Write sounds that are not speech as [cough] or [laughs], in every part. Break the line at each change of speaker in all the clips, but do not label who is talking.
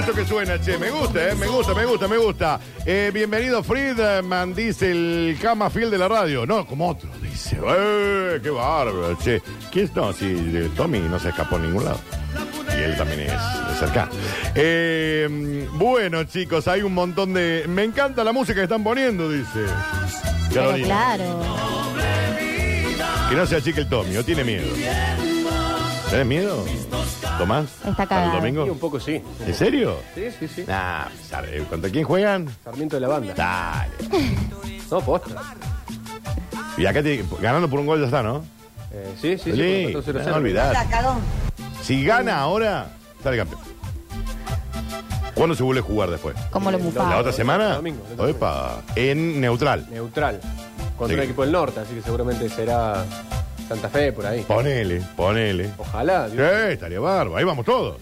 eso que suena, che. Me gusta, eh. Me gusta, me gusta, me gusta. Eh, bienvenido, Friedman, dice el cama fiel de la radio. No, como otro, dice. Eh, qué bárbaro, che. ¿Quién es? No, si eh, Tommy no se escapó a ningún lado. Y él también es de cerca. Eh, bueno, chicos, hay un montón de. Me encanta la música que están poniendo, dice.
Pero
Carolina.
claro.
Que no se achique el Tommy, no tiene miedo. ¿Tenés miedo? ¿Tomás?
Está
¿Para
cagado.
el
Sí,
domingo?
un poco sí.
¿En serio?
Sí, sí, sí.
Nah, sabe, ¿contra quién juegan?
Sarmiento de la banda.
Dale.
No, posta.
Y acá te- ganando por un gol ya está, ¿no?
Eh, sí, sí, sí.
Sí,
por
no
14-0-0.
olvidar. Si gana ahora, sale campeón. ¿Cuándo se vuelve a jugar después?
Como lo
Eh,
¿La
Ah,
mufaba.
otra semana?
domingo, el domingo.
Opa, en neutral.
Neutral. Contra
Sí.
el equipo del norte, así que seguramente será Santa Fe por ahí.
Ponele, ponele.
Ojalá.
Sí,
Dios.
estaría barba, ahí vamos todos.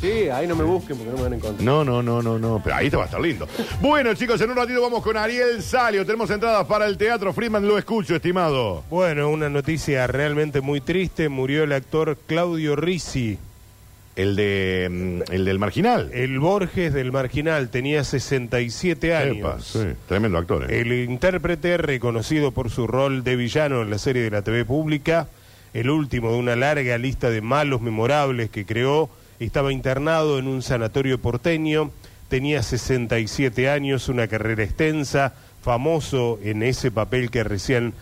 Sí, ahí no me busquen porque no me van a encontrar.
No, no, no, no, no. Pero ahí te va a estar lindo. Bueno, chicos, en un ratito vamos con Ariel Salio. Tenemos entradas para el teatro. Freeman, lo escucho, estimado.
Bueno, una noticia realmente muy triste. Murió el actor Claudio Risi.
El de mm, el del marginal.
El Borges del Marginal tenía 67 años.
Epa, sí, Tremendo actor. eh.
El intérprete, reconocido por su rol de villano en la serie de la TV pública, el último de una larga lista de malos memorables que creó, estaba internado en un sanatorio porteño, tenía 67 años, una carrera extensa, famoso en ese papel que recién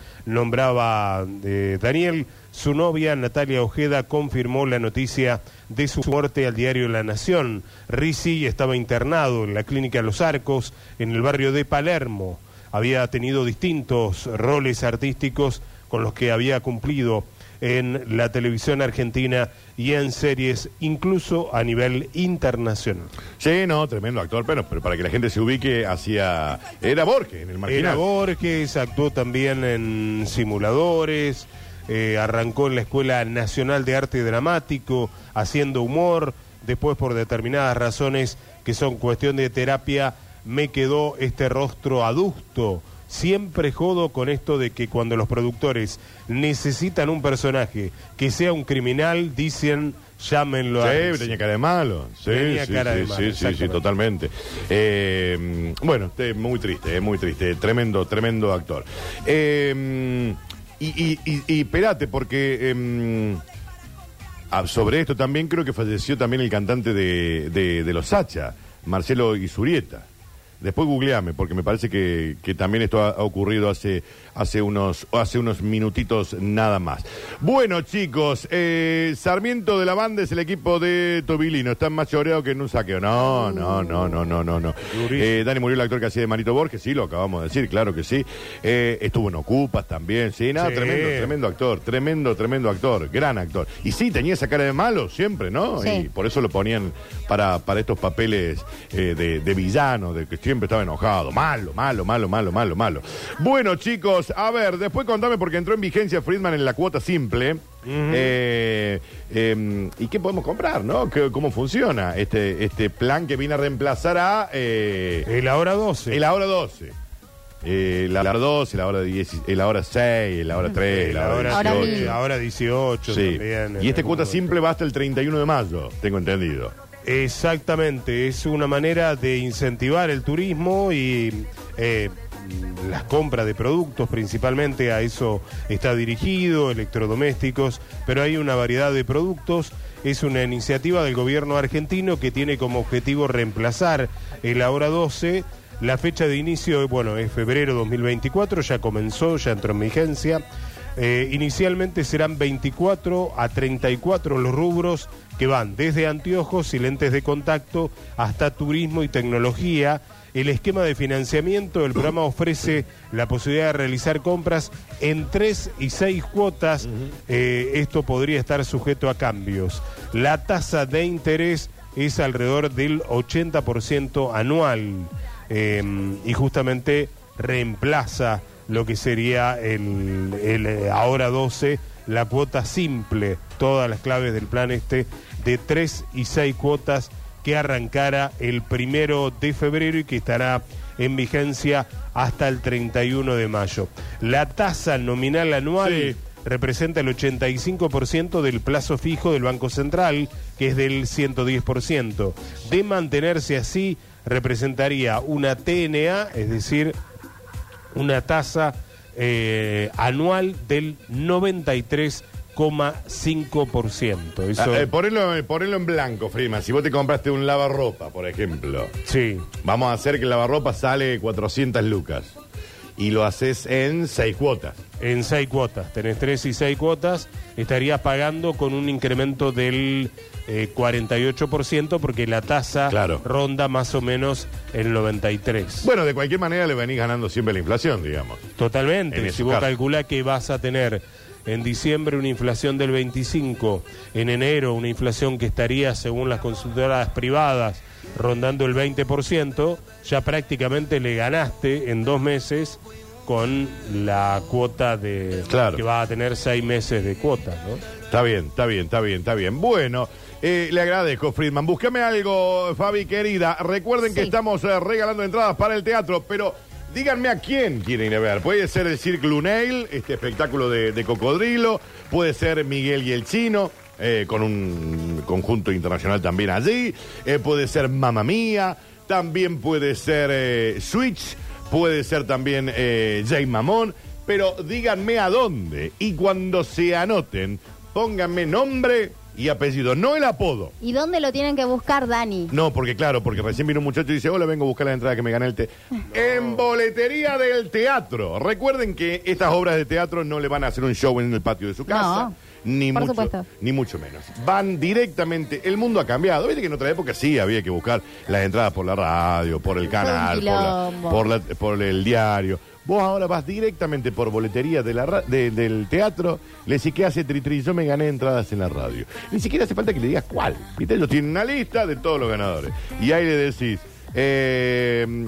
nombraba eh, Daniel. Su novia, Natalia Ojeda, confirmó la noticia de su muerte al diario La Nación. Risi estaba internado en la clínica Los Arcos, en el barrio de Palermo. Había tenido distintos roles artísticos con los que había cumplido en la televisión argentina y en series, incluso a nivel internacional.
Sí, no, tremendo actor. Pero, pero para que la gente se ubique hacia. Era Borges en el marginal.
Era Borges, actuó también en simuladores, eh, arrancó en la Escuela Nacional de Arte Dramático, haciendo humor, después por determinadas razones que son cuestión de terapia, me quedó este rostro adusto. Siempre jodo con esto de que cuando los productores necesitan un personaje que sea un criminal, dicen llámenlo a...
Sí,
Risi".
tenía cara de malo. Sí,
Tenía
sí,
cara
sí,
de
sí,
malo,
sí, sí,
exactamente.
totalmente. Eh, bueno, este, muy triste, eh, muy triste. Tremendo, tremendo actor. Eh, y, y, y- y espérate, porque eh, ah, sobre esto también creo que falleció también el cantante de, de, de Los Hacha, Marcelo Isurieta. Después googleame, porque me parece que, que también esto ha, ha ocurrido hace, hace, unos, hace unos minutitos nada más. Bueno, chicos, eh, Sarmiento de la Banda es el equipo de Tobilino. Están más choreados que en un saqueo. No, no, no, no, no, no. no.
Durísimo.
Eh, Dani murió el actor que hacía de Marito Borges, sí, lo acabamos de decir, claro que sí. Eh, estuvo en Ocupas también, sí, nada,
Sí.
tremendo, tremendo actor, tremendo, tremendo actor, gran actor. Y sí, tenía esa cara de malo siempre, ¿no?
Sí.
Y por eso lo ponían para, para estos papeles eh, de, de villano, de que siempre estaba enojado. Malo, malo, malo, malo, malo, malo. Bueno, chicos, a ver, después contame porque entró en vigencia Friedman en la cuota simple. Eh, eh, ¿Y qué podemos comprar, no? ¿Qué- ¿Cómo funciona este, este plan que viene a reemplazar a... eh,
El ahora 12.
el ahora 12. Eh, la la hora 12, la hora 10, el ahora 6, la hora 3,
El
la hora
ahora
Ahora
18.
18. Ahora
Sí.
18 también. eh,
Y este
Algunos-
cuota simple va hasta el 31 de mayo, tengo entendido.
Exactamente, es una manera de incentivar el turismo y eh, las compras de productos principalmente, a eso está dirigido, electrodomésticos, pero hay una variedad de productos. Es una iniciativa del gobierno argentino que tiene como objetivo reemplazar el ahora 12. La fecha de inicio, bueno, es febrero 2024, ya comenzó, ya entró en vigencia. Eh, inicialmente serán 24 a 34 los rubros que van desde anteojos y lentes de contacto hasta turismo y tecnología. El esquema de financiamiento del programa ofrece la posibilidad de realizar compras en 3 y 6 cuotas. Eh, esto podría estar sujeto a cambios. La tasa de interés es alrededor del 80% anual eh, y justamente reemplaza lo que sería el, el, eh, ahora 12, la cuota simple, todas las claves del plan este, de 3 y 6 cuotas que arrancara el primero de febrero y que estará en vigencia hasta el 31 de mayo. La tasa nominal anual
Sí.
representa el 85% del plazo fijo del Banco Central, que es del 110%. De mantenerse así, representaría una TNA, es decir, una tasa eh, anual del 93,5%. Eso,
Ah, eh, ponelo, eh, ponelo en blanco, Freeman. Si vos te compraste un lavarropa, por ejemplo,
sí.
vamos a hacer que el lavarropa sale 400 lucas. Y lo haces en seis cuotas.
en seis cuotas. Tenés tres y seis cuotas, estarías pagando con un incremento del eh, 48% porque la tasa
Claro.
ronda más o menos el 93%.
Bueno, de cualquier manera le venís ganando siempre la inflación, digamos. en
Totalmente.
ese
Si vos
caso.
calculás que vas a tener en diciembre una inflación del 25, en enero una inflación que estaría, según las consultoras privadas, rondando el 20%, ya prácticamente le ganaste en dos meses con la cuota de
Claro.
que va a tener seis meses de cuota, ¿no?
Está bien, está bien, está bien, está bien. Bueno, eh, le agradezco, Friedman. Búscame algo, Fabi querida. Recuerden que
Sí.
estamos eh, regalando entradas para el teatro, pero díganme a quién quieren ir a ver. Puede ser el Cirque Lunail, este espectáculo de, de cocodrilo. Puede ser Miguel y el Chino. eh, con un conjunto internacional también allí. Eh, puede ser Mamma Mía. También puede ser eh, Switch. Puede ser también eh, Jay Mamón. Pero díganme a dónde. Y cuando se anoten, pónganme nombre y apellido, no el apodo.
¿Y dónde lo tienen que buscar, Dani?
No, porque claro, porque recién vino un muchacho y dice, hola, vengo a buscar la entrada que me gané el té. En boletería del teatro. Recuerden que estas obras de teatro no le van a hacer un show en el patio de su casa.
No,
Ni
por
mucho,
supuesto.
ni mucho menos. Van directamente, el mundo ha cambiado. Viste que en otra época sí había que buscar las entradas por la radio, por el canal, por, la-
quilombo.
por, la- por el diario. Vos ahora vas directamente por boletería de la ra- de- del teatro, le decís que hace Tritri, yo me gané entradas en la radio. Ni siquiera hace falta que le digas cuál. ¿Viste? Ellos tienen una lista de todos los ganadores. Y ahí le decís, eh,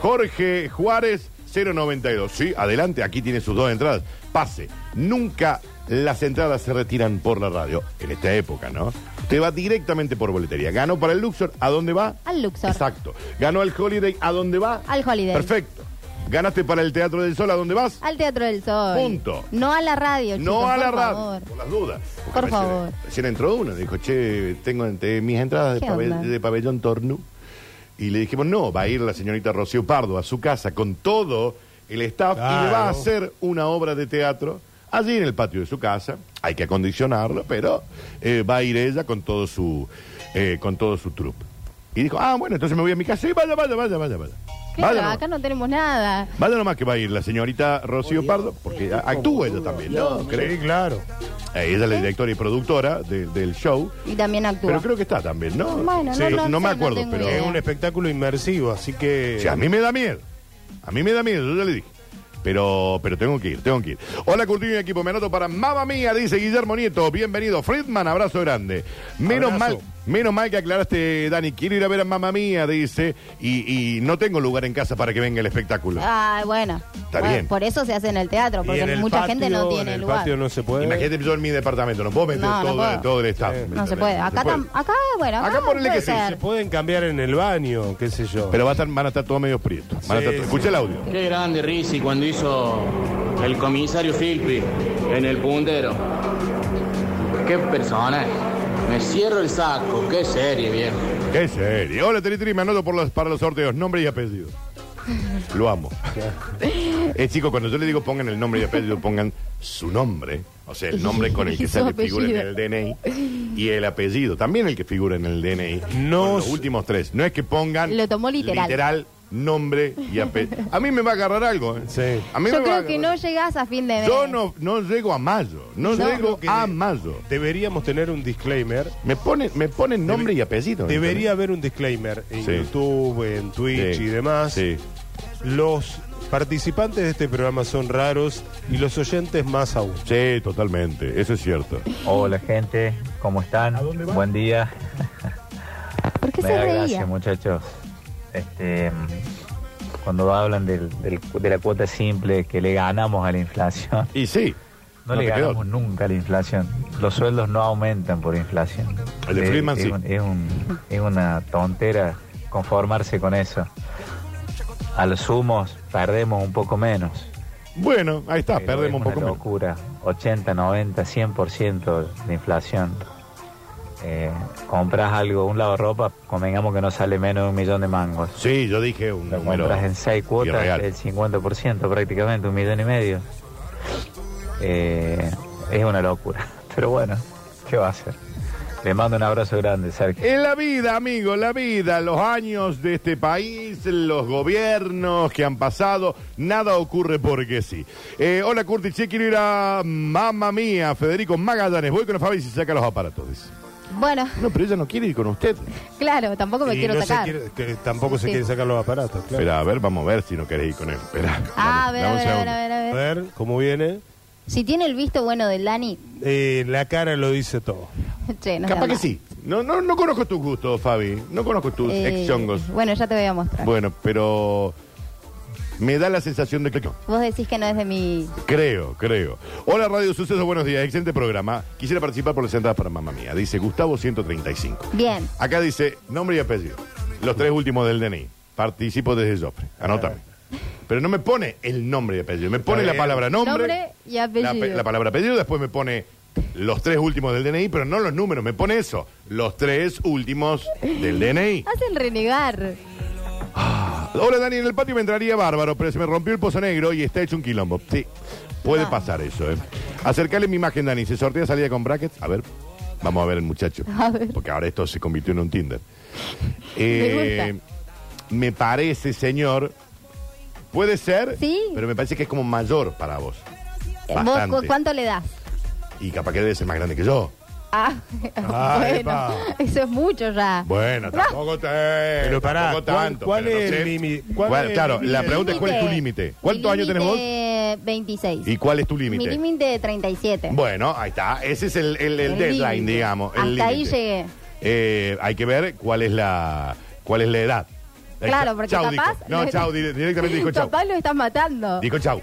Jorge Juárez 092. Sí, adelante, aquí tiene sus dos entradas. Pase. Nunca las entradas se retiran por la radio, en esta época, ¿no? Te va directamente por boletería. Ganó para el Luxor, ¿a dónde va?
Al Luxor.
Exacto. Ganó al Holiday, ¿a dónde va?
Al Holiday.
Perfecto. Ganaste para el Teatro del Sol, ¿a dónde vas?
Al Teatro del Sol.
Punto.
No a la radio, chicos,
no a
por
la radio,
favor.
por las dudas. Porque
Por
recién-
favor.
Recién entró uno, dijo, che, tengo entre mis entradas de,
¿Qué
pabell-
onda?
de pabellón Tornú. Y le dijimos, no, va a ir la señorita Rocío Pardo a su casa con todo el staff y le va a
Claro.
hacer una obra de teatro allí en el patio de su casa. Hay que acondicionarlo, pero eh, va a ir ella con todo su eh, con todo su trupe. Y dijo, ah, bueno, entonces me voy a mi casa. Sí, vaya, vaya, vaya, vaya, vaya.
Claro,
Vaya nomás.
acá no tenemos nada.
Vaya nomás que va a ir la señorita Rocío Pardo, porque a- actúa ella también, ¿no? Creo.
claro.
Eh, Ella es la directora y productora de- del show.
Y también actúa.
Pero creo que está también, ¿no?
Bueno,
no,
no
me
sé, no
acuerdo,
tengo
pero.
Es un espectáculo inmersivo, así que...
O sea, a mí me da miedo. A mí me da miedo, yo ya le dije. Pero, pero tengo que ir, tengo que ir. Hola, Curtino y equipo. Me anoto para Mamma Mía, dice Guillermo Nieto. Bienvenido, Friedman. Abrazo grande. Menos
Abrazo.
mal. Menos mal que aclaraste, Dani. Quiero ir a ver a Mamma Mía, dice. Y, y no tengo lugar en casa para que venga el espectáculo.
Ah, bueno.
Está
Bueno,
bien.
Por eso se hace en el teatro,
Y
porque
en el
mucha
patio,
gente no tiene
en el
lugar.
patio no se puede.
Imagínate yo en mi departamento. No puedo meter
No, no
todo,
puedo.
todo el staff.
Sí.
¿me
No se
entendés?
puede. Acá, tam- acá bueno.
Acá
Acá,
ponele
puede
que sí,
ser.
Se pueden cambiar en el baño, qué sé yo.
Pero va a estar- van a estar todos medios prietos. Van a
Sí,
estar-
sí.
Escucha el audio.
Qué grande Rizzi cuando hizo el comisario Filpi en el puntero. Qué persona. Me cierro el saco, qué serie, viejo.
Qué serio. Hola, Teritri, me anoto por los, para los sorteos. Nombre y apellido.
[laughs]
Lo amo. Eh, chicos, cuando yo le digo pongan el nombre y apellido, pongan su nombre. O sea, el nombre con el que
[laughs] Y su
sale figura en el
apellido.
DNI. Y el apellido, también el que figura en el DNI.
No
Con los
s-
últimos tres. No es que pongan.
Lo tomó literal.
Literal, nombre y apellido. A mí me va a agarrar algo. ¿eh?
Sí.
A mí
Yo
me va a
creo que no
agarrar.
llegas a fin de mes.
Eh.
Yo no, no llego a mayo. No,
No.
llego a mayo.
Deberíamos tener un disclaimer.
Me ponen, me ponen nombre y apellido. ¿entendés?
Debería haber un disclaimer en
Sí.
YouTube, en Twitch
Sí.
y demás.
Sí.
Los participantes de este programa son raros y los oyentes más aún.
Sí, totalmente, eso es cierto.
Hola gente, ¿cómo están? Buen día.
¿Por qué
Me
se
da
reía?
gracia muchachos. Este, mm, cuando hablan del- del- de la cuota simple que le ganamos a la inflación,
Y sí. [laughs]
no,
no
le
te quedó.
ganamos nunca a la inflación. Los sueldos no aumentan por inflación.
El de
Es-
Friedman
es
sí.
un- es un- es una tontera conformarse con eso. A los sumos perdemos un poco menos.
Bueno, ahí está,
Pero
Ah, perdemos un
es
poco
una
menos.
locura. 80, 90, 100% de inflación. Eh, compras algo, un lavarropa, convengamos que no sale menos de un millón de mangos.
Sí, yo dije un
Lo
número.
compras en seis cuotas,
irreal.
el 50% prácticamente, un millón y medio. Eh, es una locura. [laughs] Pero bueno, ¿qué va a hacer? Le mando un abrazo grande, Sergio.
En la vida, amigo, la vida, los años de este país, los gobiernos que han pasado, nada ocurre porque sí. Eh, hola, Curti, che, quiero ir a Mamma Mía, Federico Magallanes. Voy con la Fabi y se saca los aparatos. dice.
Bueno, [laughs]
No, pero ella no quiere ir con usted.
claro, tampoco me
Y
quiero
no se
sacar.
quiere- que tampoco
Sí,
se
sí.
quiere sacar los aparatos. claro.
Espera, a ver, vamos a ver si no querés ir con él. Espera.
Ah,
dame-
a ver,
dame
a
un
ver,
segundo.
a ver, a ver,
A
a ver.
ver cómo viene.
Si tiene el visto bueno del Dani, [laughs]
Eh, la cara lo dice todo.
che, no
Capaz
sea
que
mal.
sí. No, no, no conozco tus gustos, Fabi. No conozco tus
Eh,
ex-chongos.
Bueno, ya te voy a mostrar.
Bueno, pero me da la sensación de que no.
Vos decís que no es de mi...
Creo, creo. Hola Radio Suceso, buenos días. Excelente programa. Quisiera participar por las entradas para Mamá Mía. Dice Gustavo 135.
Bien.
Acá dice nombre y apellido. Los tres últimos del DNI. Participo desde Joffre. Anótame. Pero no me pone el nombre y apellido. Me pone
Está
la
bien.
palabra nombre.
eh, Nombre y apellido.
La, pe- la palabra apellido. Después me pone los tres últimos del DNI, pero no los números. Me pone eso. Los tres últimos del DNI.
Hacen renegar.
Hola Dani, en el patio me entraría bárbaro, pero se me rompió el pozo negro y está hecho un quilombo. Sí, puede
Ah.
pasar eso, ¿eh? Acercale mi imagen, Dani. ¿Se sortea salida con brackets? A ver, vamos a ver el muchacho.
[laughs] A ver.
Porque ahora esto se convirtió en un Tinder. Eh,
Me
me parece, señor. Puede ser,
Sí.
pero me parece que es como mayor para vos.
Eh, ¿Vos
Bastante.
cu- cuánto le das?
Y capaz que debe ser más grande que yo.
Ah, [laughs]
Ah,
bueno.
epa.
Eso es mucho ya.
Bueno, tampoco, te,
Pero pará,
tampoco
¿cuál-
tanto,
cuál
pero
es
sé.
el límite? ¿Cuál
Bueno,
es el
claro, la
límite?
pregunta es cuál es tu límite. ¿Cuántos años tenés vos?
vos? 26.
¿Y cuál es tu límite?
Mi límite de 37.
Bueno, ahí está. Ese es el, el- el
El
deadline,
límite.
digamos. el
Hasta
límite.
ahí llegué.
Eh, hay que ver cuál es la cuál es la edad. Ahí
Claro,
está.
porque
Chau,
capaz...
dijo. No, chau, dire- directamente dijo chau.
Capaz lo estás matando.
Dijo chau.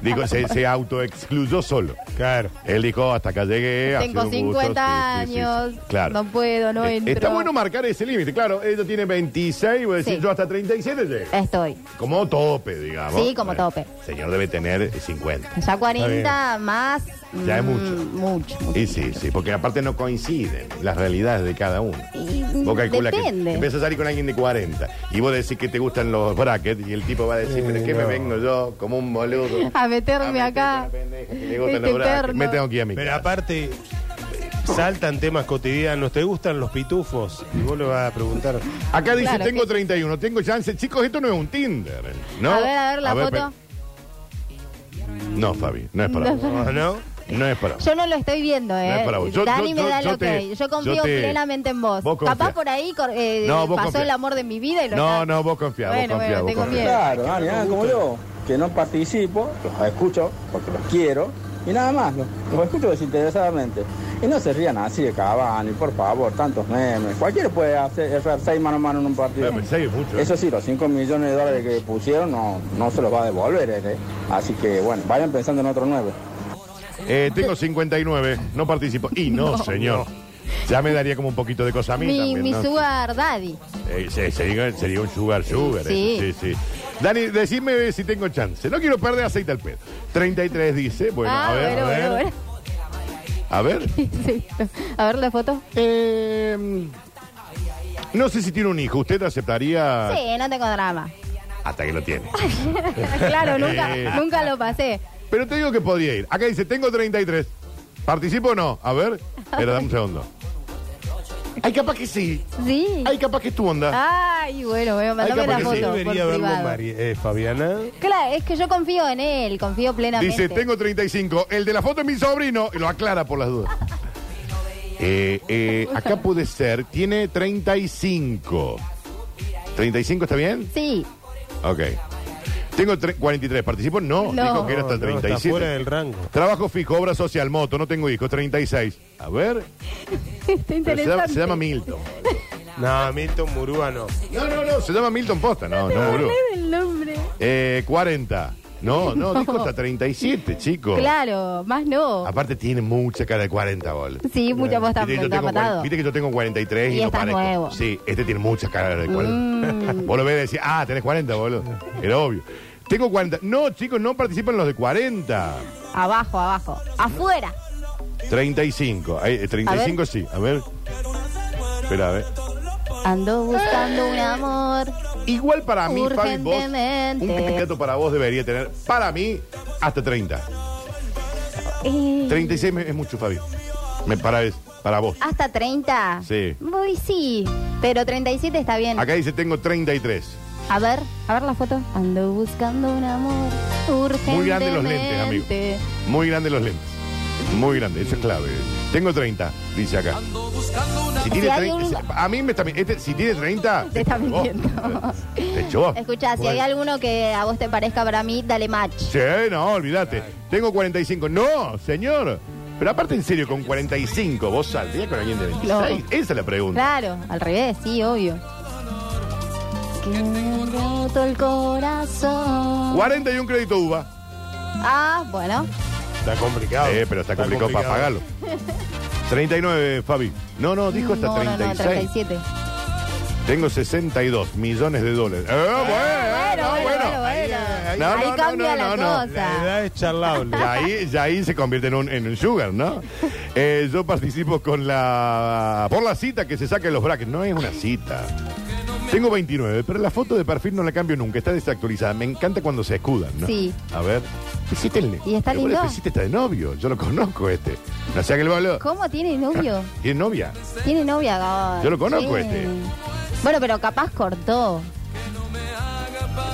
Dijo, se, se autoexcluyó solo.
Claro.
Él dijo, hasta acá llegué. ha
Tengo
sido un
50
gusto. Sí, sí, sí, sí.
años.
Claro.
No puedo, no
Eh,
entro.
Está bueno marcar ese límite, claro. Ella tiene 26, voy a decir
Sí.
yo hasta 37 llego.
Estoy.
Como tope, digamos. Eh,
Sí, como tope.
Señor debe tener 50.
Ya 40 más.
Ya es
mm,
mucho.
Mucho. mucho.
Y sí, sí, porque aparte no coinciden las realidades de cada uno.
Y,
Vos calculás
Mm, depende.
que empezás a salir con alguien de 40 y vos decís que te gustan los brackets y el tipo va a decir, pero es que me
no.
vengo yo como un boludo.
[laughs] A meterme
meter
acá.
una pendeja que le gustan
Este
los brackets.
eterno.
Me tengo que ir a mi
Pero
casa.
aparte, saltan temas cotidianos. ¿Te gustan los pitufos? Y vos le vas a preguntar.
Acá dice,
Claro,
tengo
que-
31, tengo chance. Chicos, esto no es un Tinder, ¿no?
A ver, a ver la foto.
pe- No, Fabi, no es para
No,
vos.
¿No? ¿No?
No es para vos.
Yo no lo estoy viendo, ¿eh?
No es para vos. Yo-
Dani
yo-
me
yo-
da
yo
lo
te-
que. Yo confío
yo te-
plenamente en vos.
Vos confía.
Capaz por ahí cor- eh,
No, vos
pasó
confía.
el amor de mi vida y lo
No,
está-
no, vos confía, vos
Bueno,
confía,
bueno,
vos
tengo
confía.
miedo.
Claro, Dani, hagan como yo, que no participo, los escucho porque los quiero y nada más, los, los escucho desinteresadamente. Y no se rían así de Cavani, por favor, tantos memes. Cualquiera puede hacer, hacer seis mano a mano en un partido.
Pero pensé que es mucho, ¿eh?
Eso sí, los 5 millones de dólares que pusieron no, no se los va a devolver. ¿eh? Así que bueno, vayan pensando en otro nuevo.
Eh, tengo 59, no participo. Y no, señor. Ya me daría como un poquito de cosa a mí
Mi,
también,
mi
¿no?
sugar daddy.
Eh, se- sería, sería un sugar sugar.
Sí.
eh. sí, sí. Dani, decime si tengo chance. No quiero perder aceite al pedo. 33 dice. Bueno,
ah,
a ver,
bueno,
a ver.
bueno, bueno. [laughs]
A ver.
Sí. A ver la foto.
Eh, no sé si tiene un hijo. ¿Usted aceptaría?
Sí, no tengo drama.
[laughs] Hasta que lo tiene.
claro,
Eh.
nunca, nunca lo pasé.
Pero te digo que podría ir. Acá dice, tengo 33. ¿Participo o no? A ver. Pero dame un segundo. Ay, capaz que sí.
Sí.
Ay, capaz que es tu
Ah,
onda.
Ay, bueno, bueno, mandame
capaz
la
que sí.
foto. por
debería verlo
privado.
Mari- eh, Fabiana.
Claro, es que yo confío en él, confío plenamente.
Dice, tengo 35. El de la foto es mi sobrino. Y lo aclara por las dudas. Eh, eh, acá puede ser, tiene 35. ¿35 está bien?
Sí, [laughs]
Ok. Tengo tre- 43. ¿Participo? No,
No.
dijo que era hasta el
No, no, está
37.
fuera del rango.
Trabajo fijo, obra social, moto, no tengo hijos, 36. A ver,
está
pero se, llama,
interesante.
se llama Milton.
No, Milton Murúa no.
No, no, no, se llama Milton Posta, no, no, bro.
el nombre.
Eh, 40. No, no, dijo hasta 37, chicos.
Claro, más no.
Aparte tiene mucha cara de 40, bol.
Sí, mucha voz
Viste,
también,
yo
te ha
tengo,
matado.
cuaren- viste que yo tengo 43 y,
Y
no
estás
parezco.
nuevo.
[laughs]
Mm.
Sí, este tiene mucha cara de 40. Vos lo ves y decís, ah, tenés 40, boludo. Era obvio. Tengo 40. No, chicos, no participan los de 40.
Abajo, abajo. Afuera.
35. Ahí, eh, 35 sí. A ver. Espera, a ver.
Ando buscando un amor.
Igual para mí, Fabi, vos,
Urgentemente.
un candidato para vos debería tener, para mí, hasta 30.
Eh,
36 me- es mucho, Fabi. Me para, es- para vos.
¿Hasta 30?
Sí.
Voy sí, pero 37 está bien.
Acá dice tengo 33.
A ver, a ver la foto. Ando buscando un amor urgentemente.
Muy grandes los lentes, amigo. Muy grandes los lentes. Muy grande, eso es clave. Tengo 30, dice acá. Si tiene
Si hay
30,
un-
a mí me está mi- este, si tiene 30,
[laughs] Te está
echó vos.
mintiendo.
Te echó.
Escucha, Oh, si
Bueno.
hay alguno que a vos te parezca para mí, dale match.
Sí, no, olvídate. Tengo 45. No, señor. Pero aparte, en serio, con 45, ¿vos saldrías con alguien de 26?
No.
Esa es la pregunta.
Claro, al revés, sí, obvio. Que me ha roto el corazón.
41 crédito UVA.
Ah, bueno.
Está complicado.
Eh, pero está complicado para pagarlo. 39, Fabi. No, no, dijo hasta
No, no, no,
36.
37.
Tengo 62 millones de dólares. Eh, bueno, bueno.
bueno, bueno, bueno.
ahí-
Ahí
no, no,
cambia
no, no,
la
no.
cosa.
La edad
[laughs]
es charlable.
Y ahí, y ahí se convierte en un, en un sugar, ¿no? Eh, yo participo con la. por la cita que se saca en los brackets. No es una cita. Tengo 29, pero la foto de perfil no la cambio nunca. Está desactualizada. Me encanta cuando se escudan, ¿no?
Sí.
A ver. Hiciste el
¿Y está
Pero,
lindo?
bueno, Hiciste está de novio. Yo lo conozco este. No sea que le hablo.
¿Cómo tiene novio?
¿Tiene novia?
Tiene novia, Gabón.
Yo lo conozco, este.
Bueno, pero capaz cortó.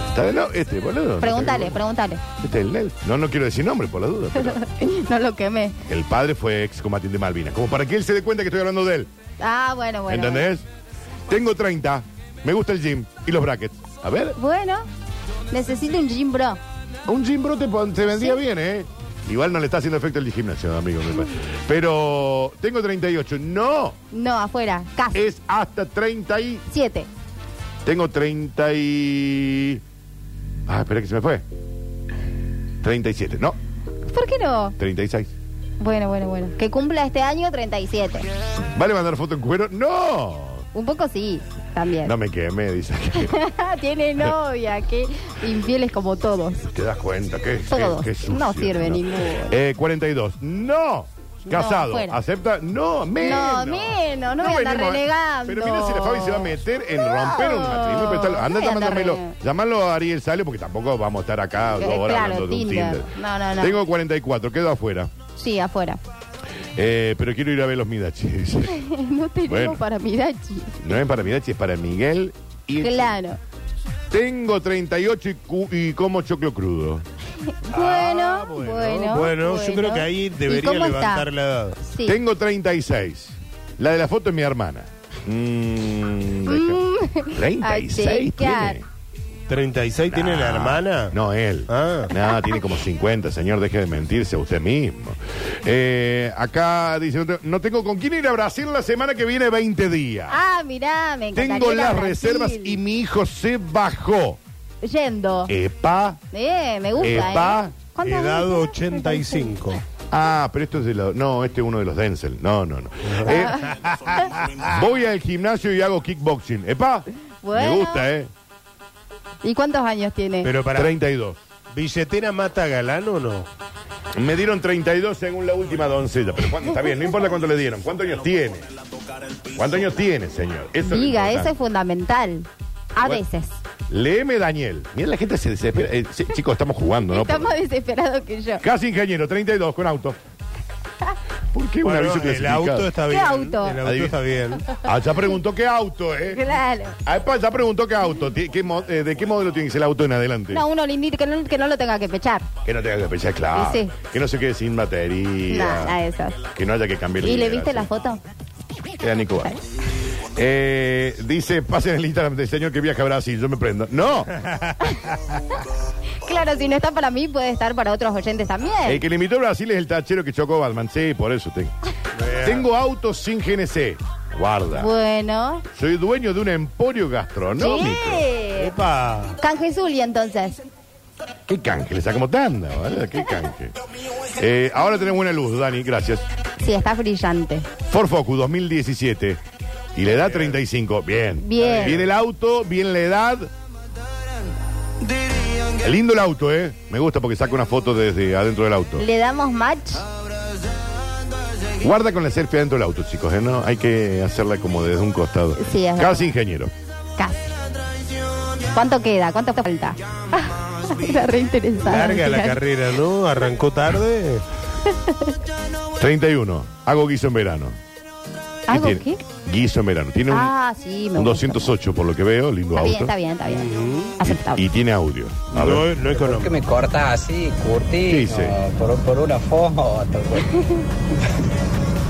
¿Está de novio? Este, boludo. No
Pregúntale,
sé qué-
pregúntale. [laughs]
Este es el Nel. No, no quiero decir nombre por la duda, pero
no lo quemé.
el padre fue excombatiente de Malvinas. Como para que él se dé cuenta que estoy hablando de él.
Ah, bueno, bueno.
¿Entendés? Tengo 30, me gusta el gym y los brackets. A ver,
Bueno, necesito un gym bro.
un gym bro te, pon- te vendría bien, ¿eh? Igual no le está haciendo efecto el gimnasio, amigo. me parece. Pero tengo 38. No,
No, afuera, casi.
es hasta 30 y...
Siete.
Tengo 30 y... Ah, espera que se me fue. 37, no,
¿Por qué no?
36.
Bueno, bueno, bueno. Que cumpla este año 37.
¿Vale mandar foto en cuero? No.
Un poco sí, también.
No
[laughs]
me quemé, dice. [laughs]
Tiene novia, que infieles como todos.
¿Te das cuenta? ¿Qué, qué-
Todos.
qué sucio,
No sirve ninguno.
Eh, 42. No. Casado.
fuera.
¿Acepta? No, menos.
menos, no voy a andar
venimos
renegando.
Pero mira si la Fabi se va a meter en
No,
romper un matrimonio. pero está- Anda
no voy a andar
llamándomelo.
renegando.
Llámalo a Ariel Sale porque tampoco vamos a estar acá
Eh,
dos horas
claro,
hablando de un
Tinder.
Tinder.
No, no, no.
Tengo 44, quedo afuera.
Sí, afuera.
Eh, pero quiero ir a ver los Midachi.
[laughs]
dice.
no tenemos
Bueno.
para Mirachi.
No es para Midachi, es para Miguel. Y
Claro.
Tengo 38 y, cu- y como choclo crudo.
Bueno,
Ah,
bueno,
bueno, yo creo que ahí
¿Y
debería
cómo está?
levantar la edad.
Sí.
Tengo 36. La de la foto es mi hermana. Mm, deja-
Ay,
¿36
chequear.
tiene? Ah,
36 tiene la hermana.
No, él.
Ah.
No, tiene como 50, señor. Deje de mentirse a usted mismo. Eh, acá dice, no, te- no tengo con quién ir a Brasil la semana que viene 20 días.
Ah, mirá, me encantaría
tengo
ir a
las
Brasil.
reservas y mi hijo se bajó.
Yendo. Eh,
Epa.
me gusta,
Epa,
¿eh? ¿Cuántos
Edad
años
85.
Ah, pero esto es de los... No, este es uno de los Denzel. No, no,
[laughs]
no. Eh, [laughs] voy al gimnasio y hago kickboxing. Epa.
Bueno.
Me gusta, ¿eh?
tiene? ¿Y cuántos años tiene?
Pero para
32.
billetera mata galán o no?
Me dieron 32 según la última doncella. Pero cuánto- está bien, no importa cuánto le dieron. ¿Cuántos años tiene? ¿Cuántos años tiene, señor? Eso es lo
Diga,
importante.
eso es fundamental. A
Bueno,
veces.
Léeme, Daniel. Mira, la gente se desespera. Eh, sí, chicos, estamos jugando, ¿no?
Está más
Por-
desesperado
[laughs]
que yo.
Casi ingeniero, 32 con auto. ¿Por qué un
Bueno,
aviso
el
clasificado?
auto está
¿Qué
bien.
auto?
El auto
Adivina.
[laughs]
está bien.
Ah, ya preguntó qué auto, ¿eh?
Claro.
Ah, epa, ya preguntó qué auto. Ti- qué mo- eh, ¿De qué modelo tiene que ser el auto en adelante?
No, uno lindito que no, que no lo tenga que pechar.
Que no tenga que pensar, claro.
Sí.
Que no se quede sin batería.
Nada, esas.
Que no haya que cambiar
¿Y le
idea,
viste
ah, sí.
la foto?
Era Nico Bar. Eh, dice, pasen el Instagram del señor que viaja a Brasil, yo me prendo. No,
Claro, si no está para mí, puede estar para otros oyentes
el
también.
que le invitó a Brasil es el tachero que chocó Batman. Sí, por eso tengo. Tengo autos sin GNC. Guarda.
Bueno.
Soy dueño de un emporio gastronómico.
Sí.
Epa.
Canje Zulia, entonces.
Qué canje, le sacamos tanda, ¿vale? Qué canje. Eh, ahora tenemos buena luz, Dani, gracias.
Sí, está brillante.
Ford Focus 2017. Y la edad 35. Bien.
Bien.
Bien el auto, bien la edad. Lindo el auto, ¿eh? Me gusta porque saca una foto desde adentro del auto.
Le damos match.
Guarda con la selfie adentro del auto, chicos, ¿eh? No, hay que hacerla como desde un costado.
Sí, es verdad.
Casi ingeniero.
Casi. ¿Cuánto queda? ¿Cuánto falta? [laughs] Era re interesante.
Larga la carrera, ¿no? Arrancó tarde.
31. Hago guiso en verano.
¿Hago
tiene?
qué?
Guiso en verano. Tiene un,
Ah, sí, me
un
gusta.
208 por lo que veo, lindo
Está
auto.
bien, está bien, está bien. Aceptable.
Mm-hmm. Y tiene audio. A ver.
No, no
¿Por qué
económico.
me cortas así, Curti?
¿Qué hice?
No, por, por una foto.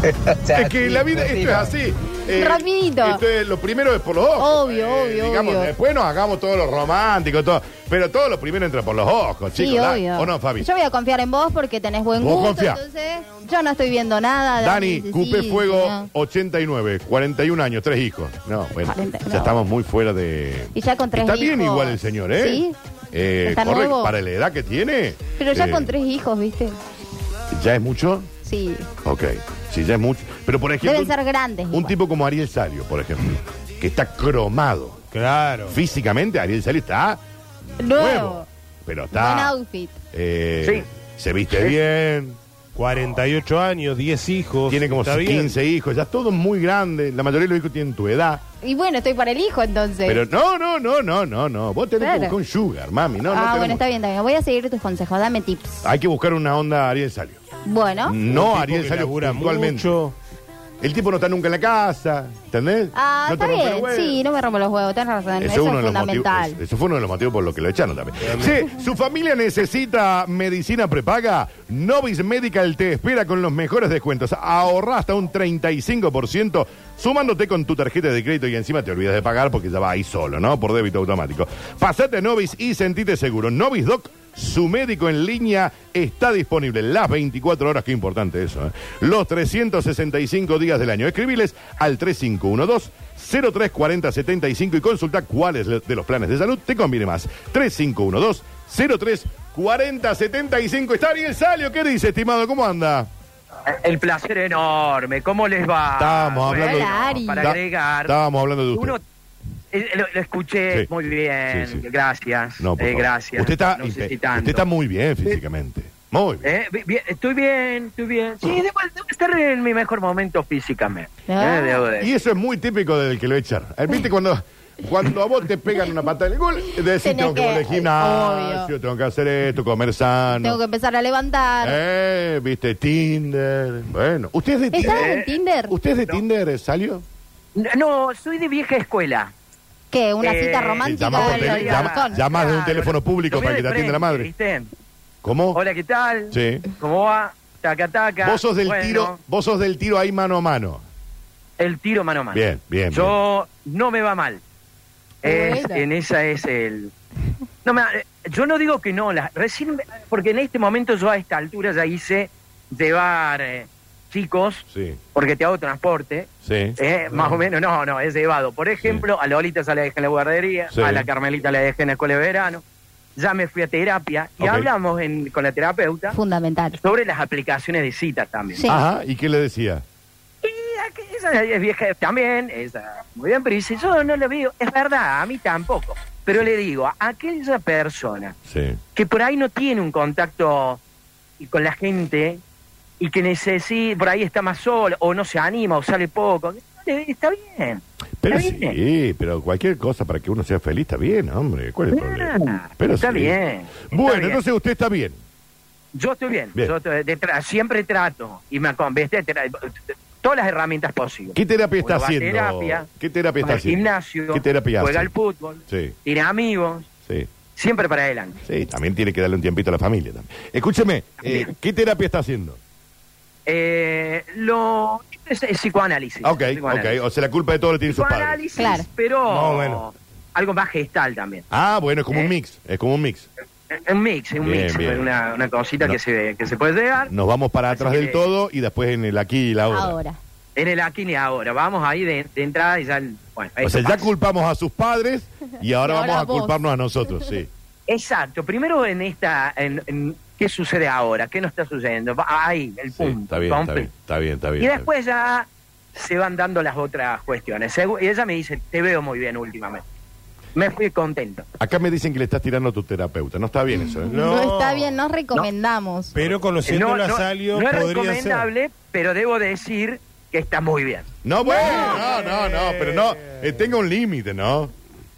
Es que la vida, esto es así. Eh,
Rapidito.
Esto es, lo primero es por los ojos. eh,
Obvio, obvio,
digamos,
obvio.
Después nos hagamos todo lo romántico, todo. Pero todo lo primero entra por los ojos, chicos.
sí,
da-
obvio.
¿O no, Fabi?
Yo voy a confiar en vos porque tenés buen
Vos
gusto.
confía.
Entonces, yo no estoy viendo nada.
Dani,
sí,
Cupé
sí,
Fuego,
no.
89, 41 años, tres hijos. No, bueno,
40,
ya
no.
estamos muy fuera de...
Y ya con tres
Está bien
hijos.
igual el señor, ¿eh?
Sí.
Eh,
Está
corre,
nuevo.
para la edad que tiene.
Pero ya
eh,
con tres hijos, ¿viste?
¿Ya es mucho?
Sí.
Ok, si ya es mucho. Pero por ejemplo...
Deben ser grandes.
Un
igual.
tipo como Ariel Sario, por ejemplo, que está cromado.
Claro.
Físicamente, Ariel Sario está
Nuevo.
nuevo. Pero
Buen
está.
outfit.
eh, Se viste bien.
48 años, 10 hijos.
Tiene como
está bien.
15 hijos. Ya todos muy grandes. La mayoría de los hijos tienen tu edad.
Y bueno, estoy para el hijo entonces.
Pero no, no, no, no, no, no. Vos tenés
Claro.
que buscar un sugar, mami. No, no
ah,
tenemos-
bueno, está bien, está bien. Voy a seguir tus consejos. Dame tips.
Hay que buscar una onda Ariel Sario.
Bueno.
No
Un tipo
Ariel
que
Sario
labura
puntualmente.
mucho.
El tipo no está nunca en la casa, ¿entendés?
Ah,
no
está
rompe los
bien.
huevos.
Sí, no me rompo los huevos. Tenés razón. Eso,
Ese uno
es
de los
fundamental.
motivos- eso fue uno de los motivos por los que lo echaron también. Sí, su familia necesita medicina prepaga. Novis Medical te espera con los mejores descuentos. Ahorra hasta un 35% sumándote con tu tarjeta de crédito y encima te olvidas de pagar porque ya va ahí solo, ¿no? Por débito automático. Pasate a Novis y sentite seguro. Novis Doc su médico en línea está disponible las 24 horas, qué importante eso, ¿eh? los 365 días del año. Escribiles al 3512-034075 y consulta cuáles le- de los planes de salud te conviene más. 3512-034075. Está bien, Salio, ¿qué dice, estimado? ¿Cómo anda?
El placer enorme, ¿cómo les va?
Estábamos
Ah, Bueno,
hablando-
Hola, Ari.
Para
Da-
agregar,
Estábamos hablando de usted.
uno, eh, lo, lo escuché
Sí.
muy bien,
Sí, sí.
gracias,
No, por
eh,
favor.
gracias.
Usted está,
no sé si
usted
tanto.
está muy bien físicamente. Muy bien.
Eh, bi- bien, estoy bien, estoy bien. Sí, debo, debo estar en mi mejor momento físicamente.
Ah.
eh, debo de-
Y eso es muy típico del que lo echan. Eh, ¿Viste cuando, cuando a vos te pegan una patada en el gol? Decís,
Tenés
tengo que volver al
que-
gimnasio,
obvio.
tengo que hacer esto, comer
Tengo
sano.
que empezar a levantar.
Eh, viste, Tinder. Bueno, ¿usted es de
¿Estabas
Tinder?
eh,
en Tinder?
uh,
¿Usted es de Tinder, eh, salió?
No, soy de vieja escuela.
¿Qué? ¿Una
Eh,
cita
sí,
romántica?
llama por
al-
tele-
al
llama-
balcón?
llama- Llamás de un
Claro,
teléfono
lo-
público
lo veo
para que
de
te atienda la madre.
¿viste?
¿Cómo?
Hola, ¿qué tal?
Sí.
¿Cómo va? Taca, taca.
Vos sos del
Bueno,
tiro, vos sos del tiro ahí mano a mano.
El tiro mano a mano.
Bien, bien. bien.
Yo no me va mal. Eh, Es-
Bueno.
en esa es el. No me- yo no digo que no, la- recién, me- porque en este momento yo a esta altura ya hice llevar eh, chicos,
Sí,
porque te hago transporte,
sí.
eh, más o menos, no, no, he llevado. Por ejemplo, a Lolita se la dejé en la guardería,
Sí.
a la Carmelita la dejé en la escuela de verano, ya me fui a terapia y
Ok.
hablamos en- con la terapeuta
Fundamental.
sobre las aplicaciones de citas también.
Sí.
Ajá, ¿y qué le decía?
Y aqu- esa es vieja también, esa, muy bien, pero dice, yo no lo veo, es verdad, a mí tampoco. Pero le digo, a aquella persona
Sí.
que por ahí no tiene un contacto y- con la gente y que necesita, por ahí está más sola, o no se anima, o sale poco, le- está bien.
Pero
Está bien.
sí, pero cualquier cosa para que uno sea feliz está bien, hombre. ¿Cuál es el problema?
Ah,
Pero
está
sí.
bien.
Bueno,
está bien.
entonces usted está bien.
Yo estoy bien,
Bien.
Yo estoy- de tra- siempre trato y me convence todas las herramientas posibles.
¿Qué terapia está
Uno va a
haciendo?
terapia,
¿Qué terapia
va
está
al
haciendo?
gimnasio,
¿Qué terapia
juega
hace?
al fútbol,
Sí,
tiene amigos,
sí,
siempre para adelante.
sí. También tiene que darle un tiempito a la familia. También. Escúcheme, eh, ¿qué terapia está haciendo?
Eh, lo es, es psicoanálisis.
Ah, ok, ok.
psicoanálisis.
O sea, la culpa de todo lo tienen sus padres.
Psicoanálisis,
Claro.
pero
No, bueno.
algo más gestal también.
Ah, bueno, es como un
¿Eh?
mix. Es como un mix.
Es Un mix, es un
Bien,
mix,
bien.
Una, una cosita
No.
que, se, que se puede llegar.
Nos vamos para atrás
que-
del todo y después en el aquí y la ahora.
Ahora.
En el aquí ni ahora. Vamos ahí de, de entrada y ya. el- Bueno,
O
esto
sea, ya
pasa.
culpamos a sus padres
[laughs]
y ahora
Y ahora
vamos a
vos.
culparnos a nosotros, sí.
[laughs] Exacto. Primero en esta. En, en ¿Qué sucede ahora? ¿Qué nos está sucediendo? Va- Ahí, el
Sí,
punto.
está bien, está
completo.
bien, está bien, está bien.
Y
está
después ya se van dando las otras cuestiones. Segu- Y ella me dice: Te veo muy bien últimamente. Me fui contento.
Acá me dicen que le estás tirando a tu terapeuta. No está bien eso, ¿eh?
No.
No. está bien, no recomendamos.
Pero conociendo
no,
a Salio,
no es
podría ser.
recomendable, pero debo decir que está muy bien.
No, bueno, no, no, no, pero no, eh, tenga un límite, ¿no?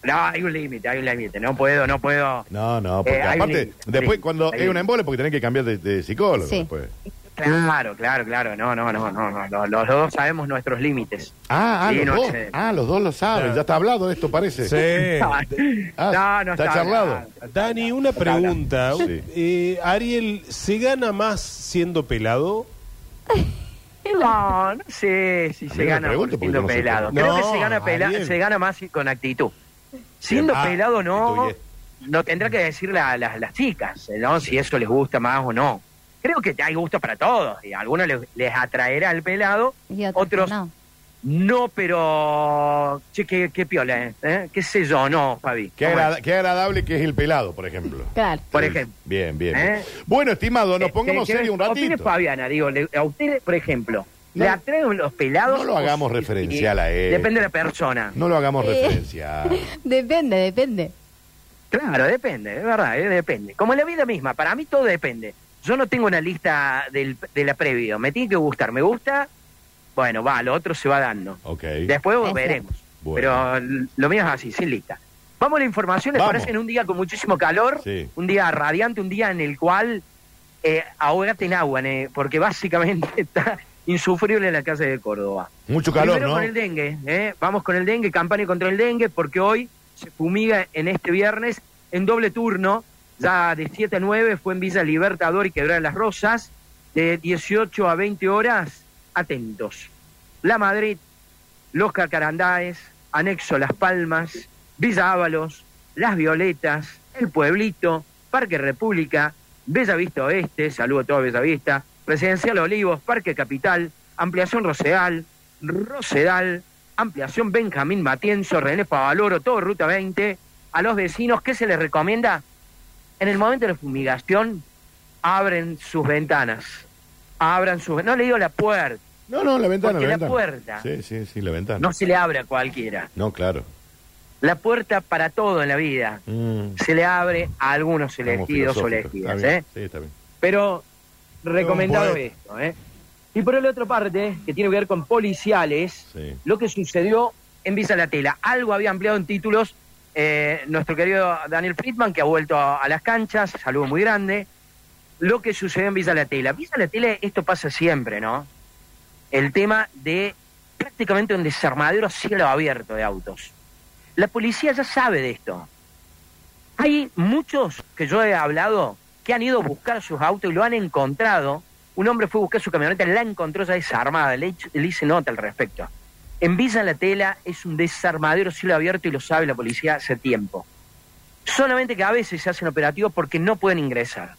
No, hay un límite, hay un límite. No puedo, no puedo.
No, no, porque
Eh, hay un
aparte,
límite,
después
sí,
cuando
hay
es
un
una embole, porque tenés que cambiar de, de psicólogo
Sí.
después.
Claro, claro, claro. No, no, no, no. no. Los, los dos sabemos nuestros límites.
Ah, ah,
Sí,
los
no
dos,
sé. [laughs]
ah, los dos lo saben,
Claro.
ya está hablado de esto, parece.
Sí.
Ah,
no, no
está charlado.
Dani, una pregunta.
Sí.
Eh, Ariel, ¿se gana más siendo pelado?
No, no sé si
A mí
se
no me
gana
pregunte porque
siendo
yo no sé.
No,
pelado. Creo que se gana, pela-
Ariel.
se gana más con actitud. Siendo
Ah,
pelado no,
actitud,
no tendrá que decir la- la- las chicas, ¿no? Si eso les gusta más o no. Creo que hay gusto para todos. Y a algunos les, les atraerá el pelado,
Y
otros
no.
no, pero... Che, qué, qué piola, ¿eh? ¿eh? ¿Qué sé yo? No, Fabi.
Qué,
¿Cómo
agrada-
es?
qué agradable que es el pelado, por ejemplo.
Claro.
Por ejemplo.
Bien, bien. bien.
¿Eh?
Bueno, estimado, nos
Eh,
pongamos
¿qué- qué-
serios un
opine
ratito.
Fabiana, digo, le- a usted, por ejemplo,
No.
¿le atraen los pelados?
No lo hagamos
o-
referencial a él.
Depende de la persona.
No lo hagamos
Eh.
referencia.
Depende, depende.
Claro, depende, es verdad, eh, depende. Como en la vida misma, para mí todo depende. Yo no tengo una lista del, de la previo, me tiene que gustar, me gusta, bueno, va, lo otro se va dando.
Ok.
Después
Exacto.
veremos.
Bueno.
Pero l- lo mío es así, sin lista. Vamos a la información, les
Vamos.
parece en un día con muchísimo calor,
Sí.
un día radiante, un día en el cual eh, ahogate en agua, ne, porque básicamente [laughs] está insufrible en la calle de Córdoba.
Mucho calor,
Primero
¿no?
con el dengue, ¿eh? vamos con el dengue, campaña contra el dengue, porque hoy se fumiga en este viernes en doble turno, ya de 7 a 9 fue en Villa Libertador y Quebrada las Rosas, de 18 a 20 horas, atentos. La Madrid, Los Cacarandáes, Anexo Las Palmas, Villa Ábalos, Las Violetas, El Pueblito, Parque República, Bella Vista Oeste, saludo a toda Bella Vista, Residencial Olivos, Parque Capital, Ampliación Rosedal, Rosedal, Ampliación Benjamín Matienzo, René Pavaloro, todo Ruta 20. A los vecinos, ¿qué se les recomienda? En el momento de la fumigación, abren sus ventanas. Abran sus... No le digo la puerta,
No, no, la ventana,
Porque
la
la
ventana.
puerta-
Sí, sí, sí, la ventana.
no se le abre a cualquiera.
No, claro.
La puerta para todo en la vida
Mm,
se le abre a algunos
estamos
elegidos o
filosóficos. Está
elegidas,
bien,
¿eh?
Sí, está bien.
Pero recomendado
Un poeta.
esto, ¿eh? Y por la otra parte, que tiene que ver con policiales,
Sí.
lo que sucedió en Visa La Tela. Algo había ampliado en títulos eh, nuestro querido Daniel Friedman, que ha vuelto a, a las canchas, saludo muy grande. Lo que sucedió en Visa La Tela. Visa La Tela, esto pasa siempre, ¿no? El tema de prácticamente un desarmadero a cielo abierto de autos. La policía ya sabe de esto. Hay muchos que yo he hablado que han ido a buscar sus autos y lo han encontrado. Un hombre fue a buscar su camioneta, la encontró ya desarmada, le, hizo- le hice nota al respecto. En Villa La Tela es un desarmadero cielo abierto y lo sabe la policía hace tiempo. Solamente que a veces se hacen operativos porque no pueden ingresar.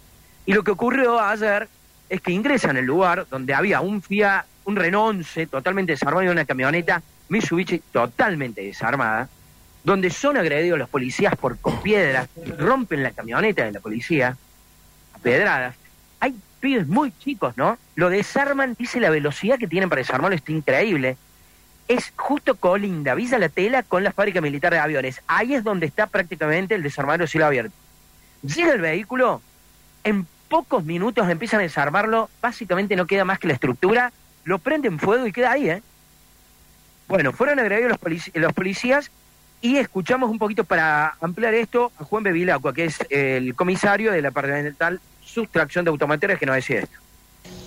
Y lo que ocurrió ayer es que ingresan al lugar donde había un Fiat, un Renault 11 totalmente desarmado y una camioneta Mitsubishi totalmente desarmada, donde son agredidos los policías por con piedras, rompen la camioneta de la policía, a pedradas. Hay pibes muy chicos, ¿no? Lo desarman, dice la velocidad que tienen para desarmarlo, es increíble es justo colinda Villa La Tela con la fábrica militar de aviones. Ahí es donde está prácticamente el desarmadero cielo abierto. Llega el vehículo, en pocos minutos empiezan a desarmarlo, básicamente no queda más que la estructura, lo prenden fuego y queda ahí, ¿eh? Bueno, fueron agredidos los, polic- los policías y escuchamos un poquito para ampliar esto a Juan Bevilacqua, que es el comisario de la departamental sustracción de automotores que nos decía esto.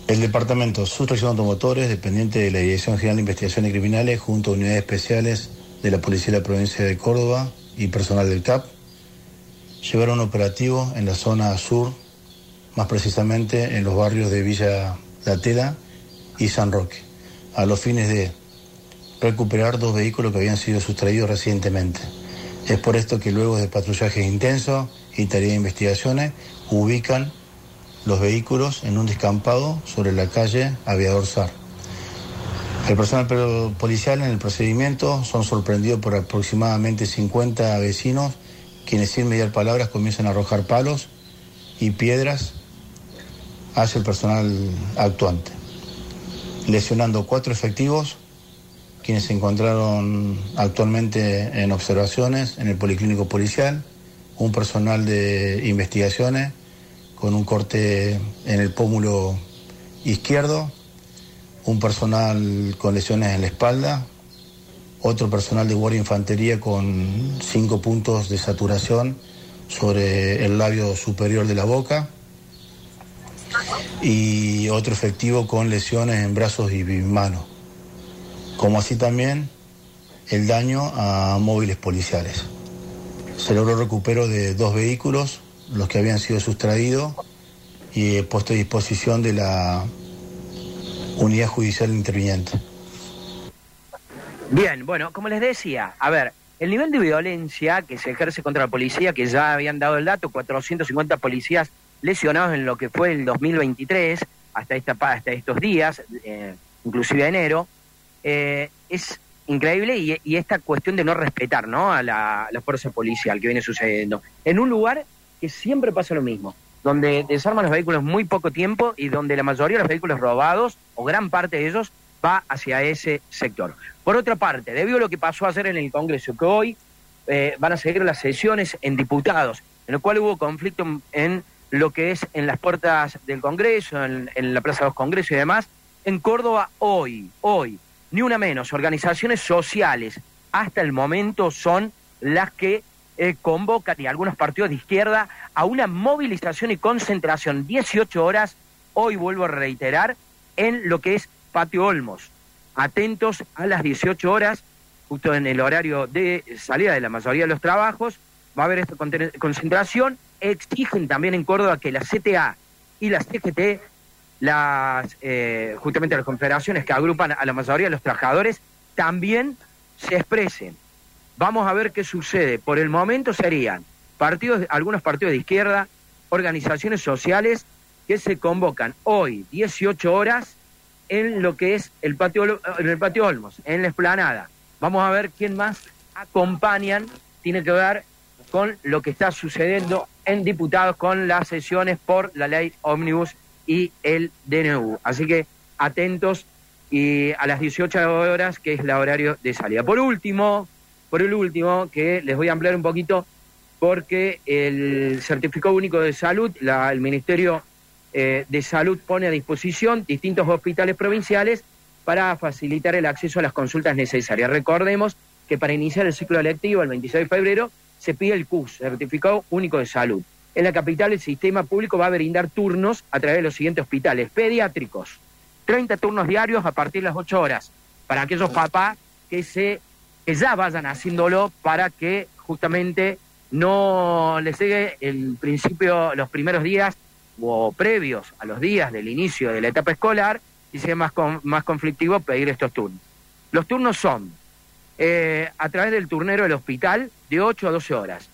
El Departamento Sustracción de Automotores, dependiente de la Dirección General de Investigaciones Criminales, junto a unidades especiales de la Policía de la Provincia de Córdoba y personal del CAP, llevaron un operativo en la zona sur, más precisamente en los barrios de Villa La Tela y San Roque, a los fines de recuperar dos vehículos que habían sido sustraídos recientemente. Es por esto que luego de patrullajes intensos y tarea de investigaciones, ubican los vehículos en un descampado sobre la calle Aviador Sar. El personal pero- policial en el procedimiento son sorprendidos por aproximadamente 50 vecinos quienes sin mediar palabras comienzan a arrojar palos y piedras hacia el personal actuante, lesionando cuatro efectivos quienes se encontraron actualmente en observaciones en el Policlínico Policial, un personal de investigaciones con un corte en el pómulo izquierdo, un personal con lesiones en la espalda, otro personal de guardia infantería con cinco puntos de saturación sobre el labio superior de la boca y otro efectivo con lesiones en brazos y manos, como así también el daño a móviles policiales. Se logró recupero de dos vehículos, los que habían sido sustraídos y puesto a disposición de la unidad judicial interviniente.
Bien, bueno, como les decía, a ver, el nivel de violencia que se ejerce contra la policía, que ya habían dado el dato, 450 policías lesionados en lo que fue el 2023, hasta, esta, hasta estos días, eh, inclusive enero, eh, es increíble y, y, esta cuestión de no respetar ¿no? A, la, a la fuerza policial que viene sucediendo. En un lugar que siempre pasa lo mismo, donde desarman los vehículos muy poco tiempo y donde la mayoría de los vehículos robados, o gran parte de ellos, va hacia ese sector. Por otra parte, debido a lo que pasó ayer en el Congreso, que hoy eh, van a seguir las sesiones en diputados, en lo cual hubo conflicto en lo que es en las puertas del Congreso, en, en la Plaza de los Congresos y demás, en Córdoba hoy, hoy, ni una menos, organizaciones sociales hasta el momento son las que eh, convocan y algunos partidos de izquierda a una movilización y concentración 18 horas, hoy vuelvo a reiterar, en lo que es Patio Olmos. Atentos a las 18 horas, justo en el horario de salida de la mayoría de los trabajos, va a haber esta concentración. Exigen también en Córdoba que la CTA y la CGT, las, eh, justamente las confederaciones que agrupan a la mayoría de los trabajadores, también se expresen. Vamos a ver qué sucede. Por el momento serían partidos, algunos partidos de izquierda, organizaciones sociales que se convocan hoy, 18 horas, en lo que es el patio, en el patio Olmos, en la esplanada. Vamos a ver quién más acompañan. Tiene que ver con lo que está sucediendo en diputados con las sesiones por la ley ómnibus y el DNU. Así que atentos y a las 18 horas, que es el horario de salida. Por último, por el último, que les voy a ampliar un poquito, porque el certificado único de salud, la, el Ministerio eh, de Salud pone a disposición distintos hospitales provinciales para facilitar el acceso a las consultas necesarias. Recordemos que para iniciar el ciclo electivo el 26 de febrero se pide el CUS, Certificado Único de Salud. En la capital el sistema público va a brindar turnos a través de los siguientes hospitales. Pediátricos, 30 turnos diarios a partir de las 8 horas, para aquellos papás que, se, que ya vayan haciéndolo para que justamente no les llegue el principio, los primeros días o previos a los días del inicio de la etapa escolar y sea más, con, más conflictivo pedir estos turnos. Los turnos son eh, a través del turnero del hospital de 8 a 12 horas,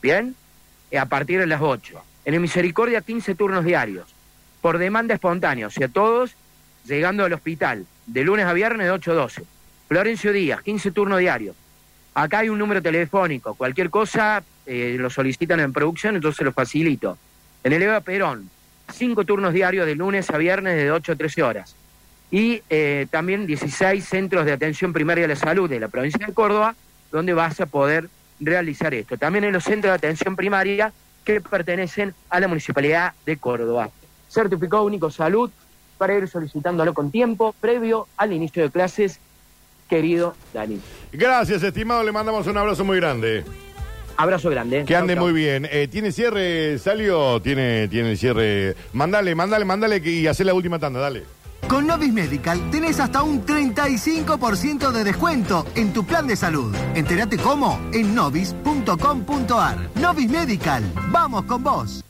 ¿bien? Eh, a partir de las 8. En el Misericordia 15 turnos diarios, por demanda espontánea, o sea, todos llegando al hospital de lunes a viernes de 8 a 12. Florencio Díaz, 15 turnos diarios. Acá hay un número telefónico, cualquier cosa eh, lo solicitan en producción, entonces lo facilito. En el EVA Perón, cinco turnos diarios de lunes a viernes de 8 a 13 horas. Y eh, también 16 centros de atención primaria de la salud de la provincia de Córdoba, donde vas a poder realizar esto. También en los centros de atención primaria que pertenecen a la municipalidad de Córdoba. Certificado único salud para ir solicitándolo con tiempo previo al inicio de clases, querido Dani.
Gracias, estimado. Le mandamos un abrazo muy grande.
Abrazo grande.
Que ande muy bien. Eh, ¿Tiene cierre, Salio? Tiene, tiene cierre. Mándale, mándale, mándale que, y hace la última tanda, dale.
Con Novis Medical tenés hasta un 35% de descuento en tu plan de salud. Entérate cómo en novis.com.ar. Novis Medical, vamos con vos.